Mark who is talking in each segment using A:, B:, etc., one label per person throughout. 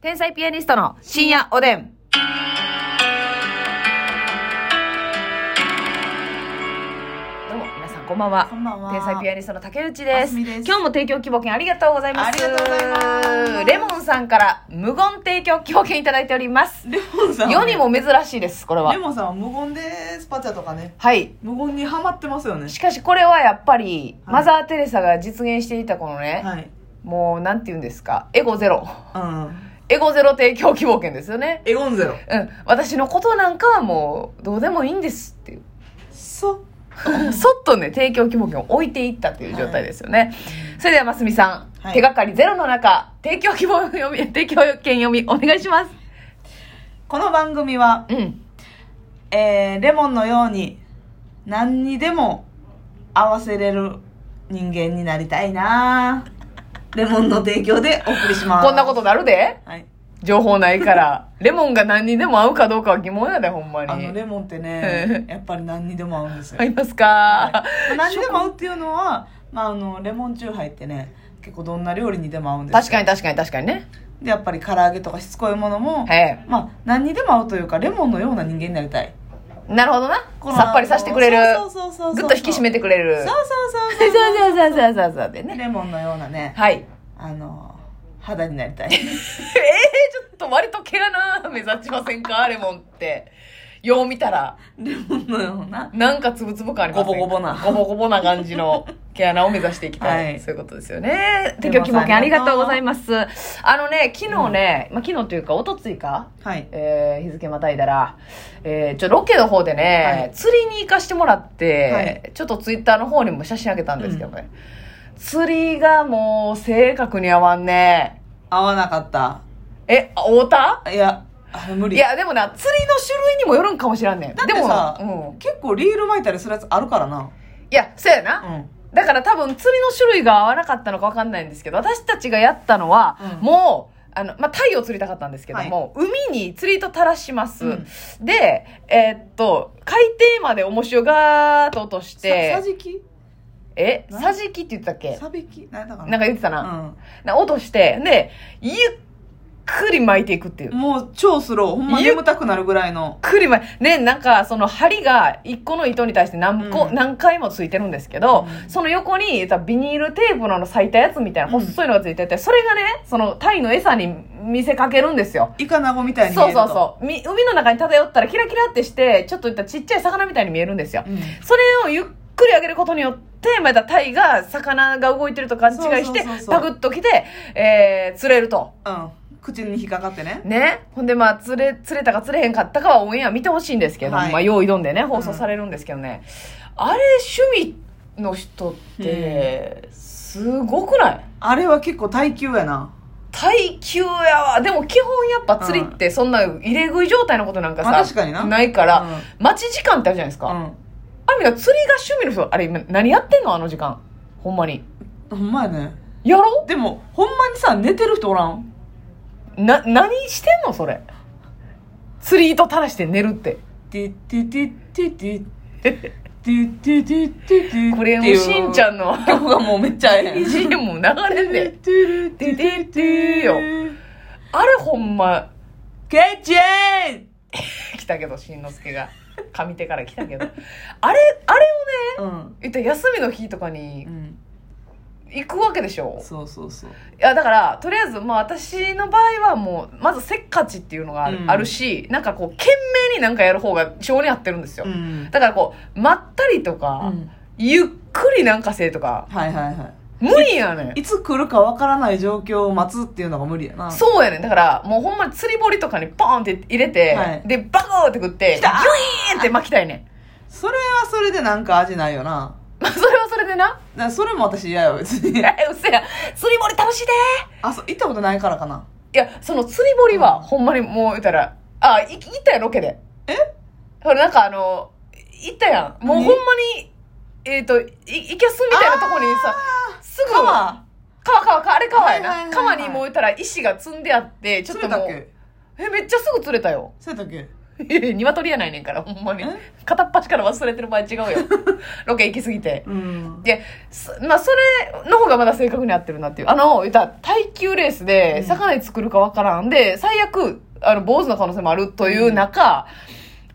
A: 天才ピアニストの深夜おでん。どうも、皆さんこんばんは
B: こ。んばんは。
A: 天才ピア
B: ニ
A: ニストの竹内です。
B: ますみです
A: 今日も提供希望券ありがとうございます。
B: ありがとうございます
A: レモンさんから無言提供希望券いただいております。
B: レモンさんは
A: 世
B: ね
A: にも珍しいです、これは
B: レ。モンさんは無言でスパチャとかね、
A: はい。
B: 無言にハマってますよね。
A: しかしこれはやっぱり、
B: はい
A: マザー・テレサが実現していたこのね、
B: はい。
A: もうなんて言うんですか、エゴゼロ。
B: うん。
A: エゴゼロ提供希望券ですよね。
B: エゴンゼロ。
A: うん。私のことなんかはもう、どうでもいいんですっていう。
B: そ
A: そっとね、提供希望券を置いていったという状態ですよね。それでは、ますみさん、
B: はい
A: 手がかりゼロの中、提供希望読み、 提供券読み、お願いします。
B: この番組は、
A: うん。
B: えー、レモンのように、何にでも合わせれる人間になりたい なレモンの提供でお送りします。
A: こんなことなるで
B: と。はい。
A: 情報ないから。 レモンが何にでも合うかどうかは疑問やで、ほんまに。
B: あの、レモンって
A: え
B: ね、やっぱり何にでも合うんですよ。
A: 合いますか、
B: はいまあ、何にでも合うっていうのは、まあ、あの、レモンチューハイってね、結構どんな料理にでも合うんですよ
A: 確かに確かに確かにね。
B: でやっぱり唐揚げとかしつこいものも、
A: はい。
B: まあ何にでも合うというかレモンのような人間になりたい
A: なるほどな
B: こ。の
A: さっぱりさせてくれる。
B: そうそうそうそう
A: ぐっと引き締めてくれ
B: そ
A: る。
B: うそうそう
A: そそ
B: そう
A: うそうそうそうそうでね。
B: レモンのようなね
A: はい。
B: あの肌になり たい
A: えー、ちょっと割と毛がな、目立ちませんかレモンって。よう見たら、
B: レモンのような
A: なんかつぶつぶ感ありませんか
B: ゴボゴボな
A: ゴボゴボな感じの 毛穴を目指していきたい。
B: はい
A: そういうことですよね。提供
B: レモンさん
A: 希望券ありがとうございます。あのね、昨日ね、まあ昨日というか、おとついか、
B: はい
A: えー日付またいだら、えー、ちょ、ロケの方でね、
B: はい
A: 釣りに行かしてもらって、
B: はい
A: ちょっとツイッターの方にも写真あげたんですけどね、釣りがもう正確に合わんね。
B: 合わなかった
A: え、あ会うた
B: いやあの無理
A: いや、でもな、釣りの種類にもよるんかもしらんねん。
B: だって
A: でも
B: さ、
A: うん。
B: 結構リール巻いたりするやつあるからない
A: や、そうやな。
B: うん
A: だから多分釣りの種類が合わなかったのかわかんないんですけど、私たちがやったのは、
B: うん
A: もう、あの、まあ、タイを釣りたかったんですけども、海に釣りと垂らします。
B: うん
A: で、えーっと、海底まで重しをガーッと落とし
B: さ
A: て
B: さ、じき
A: え、
B: な
A: さじきって言ってたっけ
B: さびき何だかな
A: なんか言ってたな。
B: う
A: な落として、で、ゆっくり巻いていくっていう。
B: ん、もう超スローほんま
A: ゆっ
B: 眠たくなるぐらいの
A: くりまね、なんか、その針が一個の糸に対して何個、
B: うん
A: 何回もついてるんですけど、
B: うん
A: その横に、言ったらビニールテープのあの咲いたやつみたいな、
B: うん
A: 細いのがついてて、それがね、そのタイの餌に見せかけるんですよ。
B: イカナゴみたいに見え
A: そう
B: ると
A: そうそう。み海の中に漂ったらキラキラってして、ちょっと言ったらちっちゃい魚みたいに見えるんですよ。
B: うん
A: それをゆっくり上げることによって、またタイが魚が動いてると勘違いして
B: そうそうそう、そう
A: パクッと来て、えー釣れると。
B: うん、口に引っかかってね
A: ね、ほんでまあ釣れ釣れたか釣れへんかったかはオンエア見てほしいんですけど、
B: はい
A: まあ、用意どんでね放送されるんですけどね、あれ趣味の人ってすごくない
B: あれは結構耐久やな。
A: 耐久やわでも基本やっぱ釣りってそんな入れ食い状態のことなんかさ、
B: まあ確かにな
A: ないから、待ち時間ってあるじゃないですか、
B: う
A: あ
B: ん。
A: れみんな釣りが趣味の人あれ今何やってんのあの時間ほんまに
B: ほんまやね。
A: やろ
B: でも、ほんまにさ、寝てる人おらん
A: な何してんのそれ釣り糸垂らして寝るって
B: ティッティッティッティッティッティッティッティッティッティッ
A: これもしんちゃ
B: ん
A: んの
B: 曲がもうめっちゃええ。
A: BGM も流れんで。
B: ティ
A: てててよ。 あれほんま、
B: ケイチェン
A: 来たけど、しんのすけが。上手から来たけ ど。あれ、あれをね、
B: うん。
A: 言ったら休みの日とかに
B: うん。
A: 行くわけでしょ
B: そうそうそう。
A: いや、だから、とりあえず、まあ私の場合はもう、まずせっかちっていうのがある,、
B: うん
A: あるし、なんかこう、懸命になんかやる方が性に合ってるんですよ。
B: うん。
A: だからこう、まったりと
B: う
A: か、
B: ん
A: ゆっくりなんかせえとか、
B: はいはいは
A: 無理やねん
B: い。。いつ来るかわからない状況を待つっていうのが無理やな。
A: そうやねん。だから、もうほんまに釣り堀とかにポーンって入れて、
B: はい
A: で、バコーって食って、ギュイ
B: 来た
A: ーンって巻きたいねん。
B: それはそれでなんか味ないよな。
A: まあ、それはそれでな。
B: だからそれも私嫌よ、別 に。
A: え、うせや。釣り堀楽しいで
B: あ、そう、行ったことないからかな。
A: いや、その釣り堀は、
B: うん
A: ほんまにもう言ったら、あ、い行ったやん、ロケで。
B: え
A: ほら、なんかあの、行ったやん。もうほん
B: 何
A: まに、えっ、と、い、いけすみたいなとこにさ、すぐ、川、
B: 川
A: 川、川、あれ川や
B: はいはい
A: な。
B: はいは
A: 川
B: い
A: にもう言ったら石が積んであって、ちょっと
B: 釣れた
A: も
B: っ
A: う、
B: け
A: え、めっちゃすぐ釣れたよ。
B: 釣れたっけ
A: いやいや鶏やないねんから、ほんまに
B: え。
A: 片っ端から忘れてる場合 違うよ。ロケ行きすぎて。
B: うん。
A: で、すまあ、それの方がまだ正確に合ってるなっていう。あの、言ったら耐久レース
B: う
A: で
B: ん、
A: 魚に作るかわからんで、最悪、あの、坊主の可能性もあるという中、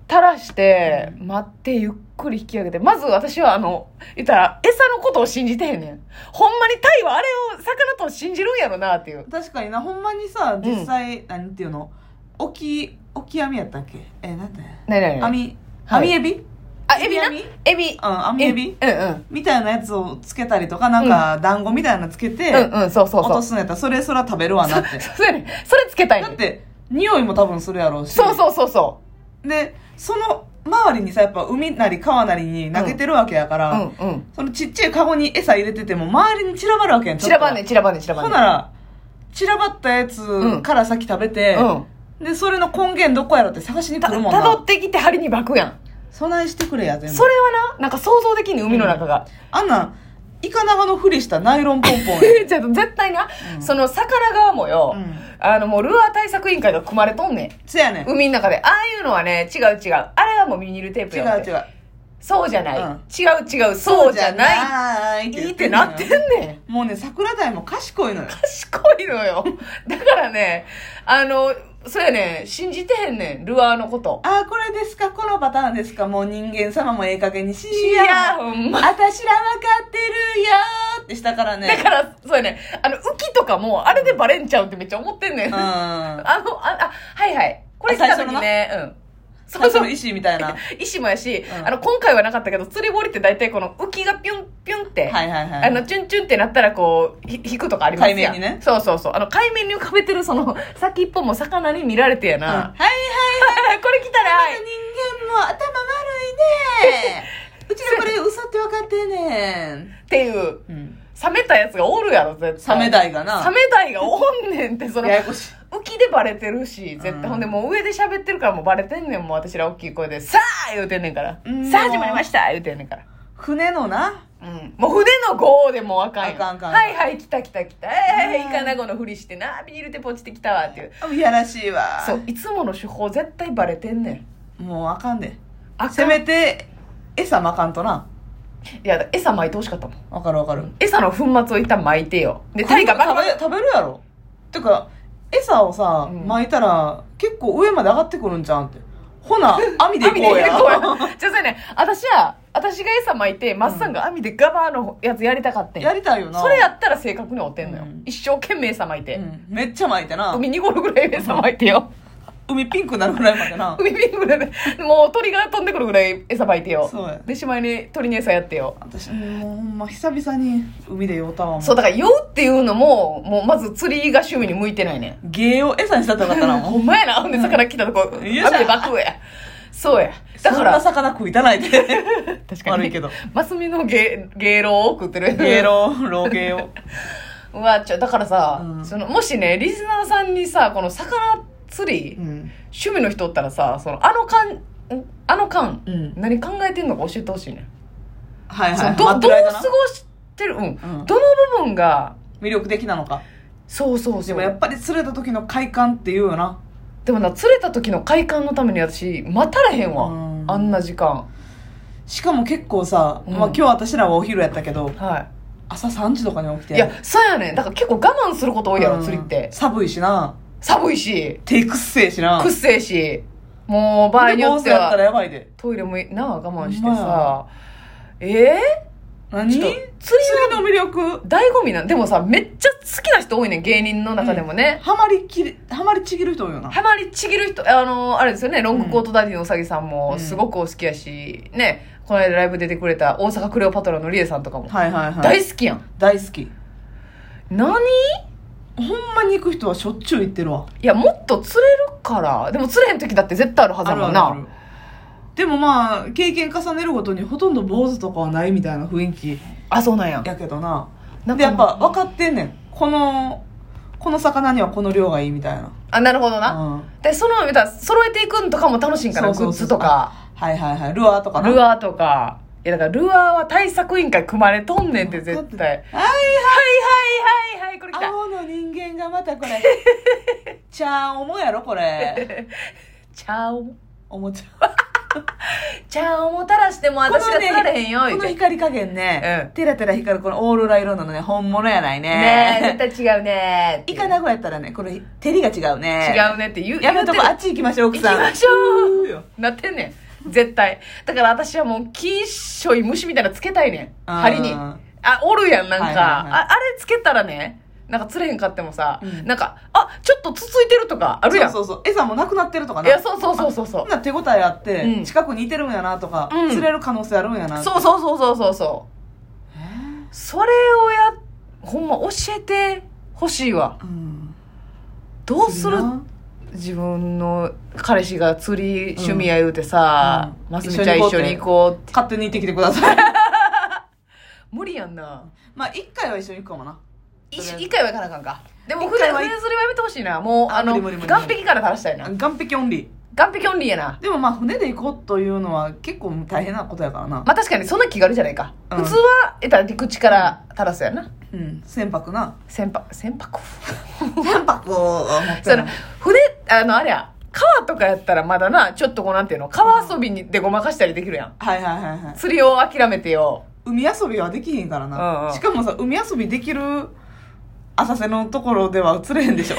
A: 垂らして、待って、ゆっくり引き上げて、まず私はあの、言ったら、餌のことを信じてへんねん。ほんまにタイはあれを魚と信じるんやろなっていう。
B: 確かにな、ほんまにさ、実際、なんていうの沖、沖網やったっけえ、なんだよ。
A: ねえねえねえ。
B: 網、
A: はい
B: 網エビ
A: あ、エビな
B: エビ。
A: エビ。
B: うん、網エビ
A: うんうん。
B: みたいなやつをつけたりとか、なんか、団子みたいなのつけて、
A: うんうん、そうそうそ
B: 落
A: う
B: と。すんやったら、それそら食べる わなって。
A: そうやねんそれつけたい
B: だっ
A: ねん
B: て、匂いも多分するやろうし。
A: そうそうそうそう。
B: う。で、その周りにさ、やっぱ海なり川なりに投げてるわけやから、
A: うんうん。
B: そのちっちゃいカゴに餌入れてても、周りに散らばるわけやん。ちょっ
A: 散
B: と
A: らばんねん散らばんねん散らばん
B: ほ
A: ねん
B: なら、散らばったやつから先食べて、
A: うん。
B: で、それの根源どこやろって探しに
A: た、
B: 来るもんな
A: 辿。ってきて針に爆やん。
B: 備えしてくれや、全部
A: そ。れはな、なんか想像できんねん海の中が。
B: あんなん、イカナガのふりしたナイロンポンポン や
A: じゃあ絶対な、
B: うん
A: その魚側もよ、
B: うん
A: あのもうルアー対策委員会が組まれとんねん。
B: せやねん。違う
A: 海の中で。ああいうのはね、違う違う。あれはもうビニールテープ
B: 違
A: やんって。
B: う。
A: そうじゃない、
B: うん
A: 違う違う。そうじゃない。
B: ない
A: いいってなってん
B: る
A: ねん。
B: もうね、桜台も賢 いのよ。
A: 賢いのよ。 だからね、あの、そうやねん、信じてへんねん、ルアーのこと。
B: ああ、これですかこのパターンですかもう人間様もええ加減にし
A: い
B: や。
A: や、ほんま。
B: 私ら分かってるよーってしたから
A: だ
B: ね。
A: から、そうやね、あの、浮きとかも、あれでバレんちゃうってめっちゃ思ってんねん。
B: うん。
A: あの、あ、あ、はいはい。これ来た時ね、うん。そ
B: 最
A: う
B: 初
A: そ
B: の
A: う。
B: 石み たいな。はい
A: 石もやし、
B: うん
A: あの、今回はなかったけど、釣り堀って大体この浮きがピュンピュンって、
B: はいはい。
A: あの、チュンチュンってなったらこう、ひ引くとかありますやん
B: 海面にね
A: そうそうそう。あの、海面に浮かべてるその、先っぽも魚に見られてや
B: う んはい
A: な。
B: はいはい。
A: これ来 たら、はい
B: 人間も頭悪い ねうちらこれ嘘って分かってんねん。
A: っていう、
B: うん。
A: 冷めたやつがおるやろ、絶対。
B: サメダイがな。
A: 冷めたいがおんねんって、その、
B: ややこしい。
A: 浮きでバレてるし、絶対。
B: うん
A: ほんで、もう上で喋ってるからもうバレてんねん、もう私ら大きい声で、さあ言うてんねんから
B: うん。
A: さあ始まりました言うてんねんから。
B: 船のな。
A: うん。もう船の号でもうあかんよ
B: あかんあかん
A: はいはい、来た来た来た。え
B: う
A: ー、
B: ん
A: イカナゴのふりしてな、ビニールでポチってきたわっていう。
B: いやらしいわ。
A: そう、いつもの手法絶対バレてんねん。
B: もうあかんで。
A: あか
B: せ
A: ん。い
B: めて、餌まかんとな。
A: や、餌巻いてほしかったもん。
B: わかるわかる。
A: 餌の粉末を一旦巻いてよ。で、タイがバカバ
B: 食べ
A: カ。
B: 食べるやろ。てか、餌をさ、
A: うん
B: 巻いたら、結構上まで上がってくるんじゃうんって。ほな、網で行こう
A: 網
B: や。
A: で行 こうやじゃあそうやね、私は、私が餌巻いて、マッサンが網でガバーのやつやりたかったんよ
B: やりたいよな。
A: それやったら正確に追ってんのよ、
B: うん
A: 一生懸命さまいて、
B: うんめっちゃ巻いてな。
A: 海濁るぐらい餌さまいてよ、
B: 海ピンクになるぐらいまでな。
A: 海見るぐらいでもう鳥が飛んでくるぐらい餌まいてよ
B: そうや
A: でしまいに鳥に餌やってよ、
B: 私、もうほんま久々に海で酔うたわ。もう
A: そうだから酔うっていうのももうまず釣りが趣味に向いてないね
B: 芸を餌にしたとかったらも
A: ほんまやなほんで魚来たとこ
B: ん
A: 雨
B: よ
A: で
B: っしゃ
A: バックやそうや
B: う。
A: だから
B: そんな魚食いたないで。
A: 確
B: 悪いけど。
A: マスミの芸芸能を食ってる
B: 芸老、老芸を。
A: うわちょだからさ、
B: うん
A: そのもしねリスナーさんにさこの魚釣り、
B: うん。
A: 趣味の人おったらさそのあの間んあの間、
B: うん
A: 何考えてんのか教えてほしいね、
B: はい
A: そ
B: は
A: の
B: い。
A: ど
B: 待っ
A: ど
B: て
A: う
B: る間
A: 過
B: な
A: ごしてる、うん
B: うん
A: どの部分が
B: 魅力的なのか。
A: そうそうそう
B: でもやっぱり釣れた時の快感っていうよな。
A: でもな釣れた時の快感のために私待たれへんわ、
B: うん
A: あんな時間
B: しかも結構さ、
A: うん
B: まあ今日私らはお昼やったけど、
A: は
B: 朝3時とかに起き
A: い
B: て。
A: いやそうやねんだから結構我慢すること多いやろ、
B: うん
A: 釣りって
B: 寒いしな、
A: 寒いし
B: 手くっせえしな。
A: くっせえしもう場合によって
B: で坊主やったら
A: は
B: やばいで。
A: トイレもいなあ我慢して
B: ほんま
A: さえ
B: 何
A: ち
B: 釣
A: ょっ
B: り
A: と
B: の魅力。
A: ー、醍醐味なんでもさめっちゃ好きな人多いねん芸人の中でもね、
B: ハマりきり、ハマりちぎる人多いよな。
A: ハマりちぎる人、あの、あれですよね、ロングコートダディのうさぎさん
B: う
A: も
B: ん
A: すごくお好きやし、ね、この間ライブ出てくれた大阪クレオパトラのリエさんとかも、
B: はいはいはい。
A: 大好きやん。
B: 大好き。
A: 何い
B: ほんまに行く人はしょっちゅう行ってるわ。
A: や、もっと釣れるから、でも釣れへん時だって絶対あるはずやもんな。
B: る。でもまあ、経験重ねるごとにほとんど坊主とかはないみたいな雰囲気
A: あ、そうなんや。
B: やけどな。
A: なん
B: で
A: か
B: やっぱ分かってんねんこのこの魚にはこの量がいいみたいな
A: あ、なるほどな。
B: うん
A: で、その、見たら揃えていくんとかも楽しいんかな、
B: そうそ
A: グ
B: うそう
A: ッズとか、
B: はいはいはいルアーとかな
A: ル
B: アー
A: アーとか。いや、だからルアーは対策委員会組まれとんねんって、絶対。はいはいはいはい、これ来た。
B: 青の人 間がまたこれちゃん思うやろこれ
A: ちゃう。
B: おもちゃ
A: ちゃんをもたらしても私がつられへんよ、
B: こ
A: 言
B: の
A: うて
B: 光加減
A: う
B: ね
A: ん、
B: テラテラ光るこのオーロラ色なのね、本物やない
A: ね
B: ね。
A: え、絶対違うねって
B: イカナゴやったらね、これ、照りが違うね。
A: 違うねって言う。
B: やめとこ
A: 言うて
B: あ
A: る
B: っち行きましょう、奥
A: 行き
B: さん。
A: ましょ
B: うーよ
A: うなってんねん。絶対。だから私はもう、黄っしょい虫みたいなのつけたいねん。
B: あー
A: 針に。あ、おるやん、なんか。
B: はいはいはい
A: ああれつけたらね、なんか釣れへんかってもさ、
B: うん
A: なんか、あ、ちょっとつついてるとかあるやん。
B: そうそうそう。餌もなくなってるとか
A: い
B: な。
A: や、そうそうそうそうそう
B: そん。な手応えあっ
A: う
B: て
A: ん、
B: 近くにいてるんやなとか、
A: うん
B: 釣れる可能性あるんやな。
A: そうそうそうそうそうそう。
B: えー
A: それをや、ほんま教えてほしいわ。
B: うん。
A: どうする
B: 釣りな
A: 自分の彼氏が釣り趣味や言うてさ、
B: うん
A: マスミちゃん一緒に行こうって。
B: 勝手に行ってきてく ださい。
A: 無理やんな。
B: まあ、一回は一緒に行くかもな。
A: 一緒一回はいかなあかんか。でも、
B: 一
A: ふれ
B: 回
A: ふ
B: は
A: れ釣りはやめてほしいな。もう、
B: あ
A: あの、
B: 無理無理無理無理
A: 岸壁から垂らしたいな。
B: 岸壁オンリ
A: 岸壁オンリーやな
B: ー。。でもまあ、船で行こうというのは結構大変なことやから
A: ま
B: な。
A: あ確かにそんな気軽じゃないか。
B: うん
A: 普通は、えたら陸地から垂らすやんな。
B: うん。船舶な。
A: 船舶、船 舶
B: 船舶を持って
A: その
B: ない。、
A: 船、あの、あれや、川とかやったらまだな、ちょっとこうなんていうの、川遊びにでごまかしたりできるやん。
B: はいはいはいはい。
A: 釣りを諦めてよ。
B: 海遊びはできへんからな。
A: うんうん
B: しかもさ、海遊びできる浅瀬のところでは釣れへん でしょ。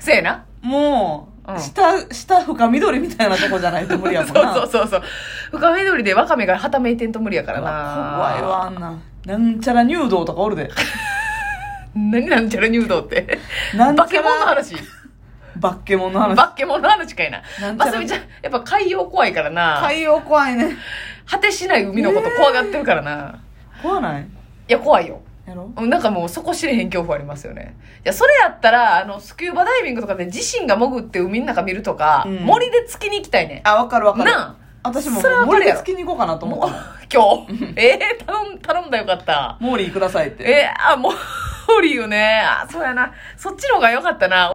A: せえな。
B: もう、
A: うん
B: 下、下深緑みたいなとこじゃないと無理やも
A: そ
B: んな。
A: うそうそうそう。深緑でワカメがはためいてんと無理やから
B: う
A: な。
B: わ 怖いわ、あんなん。なんちゃら入道とかお るで。
A: 何なんちゃら入道って。
B: なんちゃら
A: 化け物の話。
B: バッケモンの話。
A: バッケモンの話かいな
B: なん。ちゃ
A: ます
B: ら
A: みちゃん、やっぱ海洋怖いからな。
B: 海洋怖いね。
A: 果てしない海のこと怖がってるからな。
B: 怖ない
A: いや、怖いよ。
B: やろ
A: うんなんかもうそこ知れへん恐怖ありますよね。いや、それやったら、あの、スキューバダイビングとかで自身が潜って海の中見るとか、
B: うん
A: 森で月に行きたいね。
B: あ、わかるわかる。
A: なあ
B: 私も
A: それはわか
B: 森
A: る
B: で
A: やろ
B: つきに行こうかなと思
A: もう
B: ったもん、
A: 今日。えー、頼ん、頼んだよかった。
B: モーリーくださいっ て。
A: えー、あ、森よね。あ、そうやな。そっちの方が良かったな。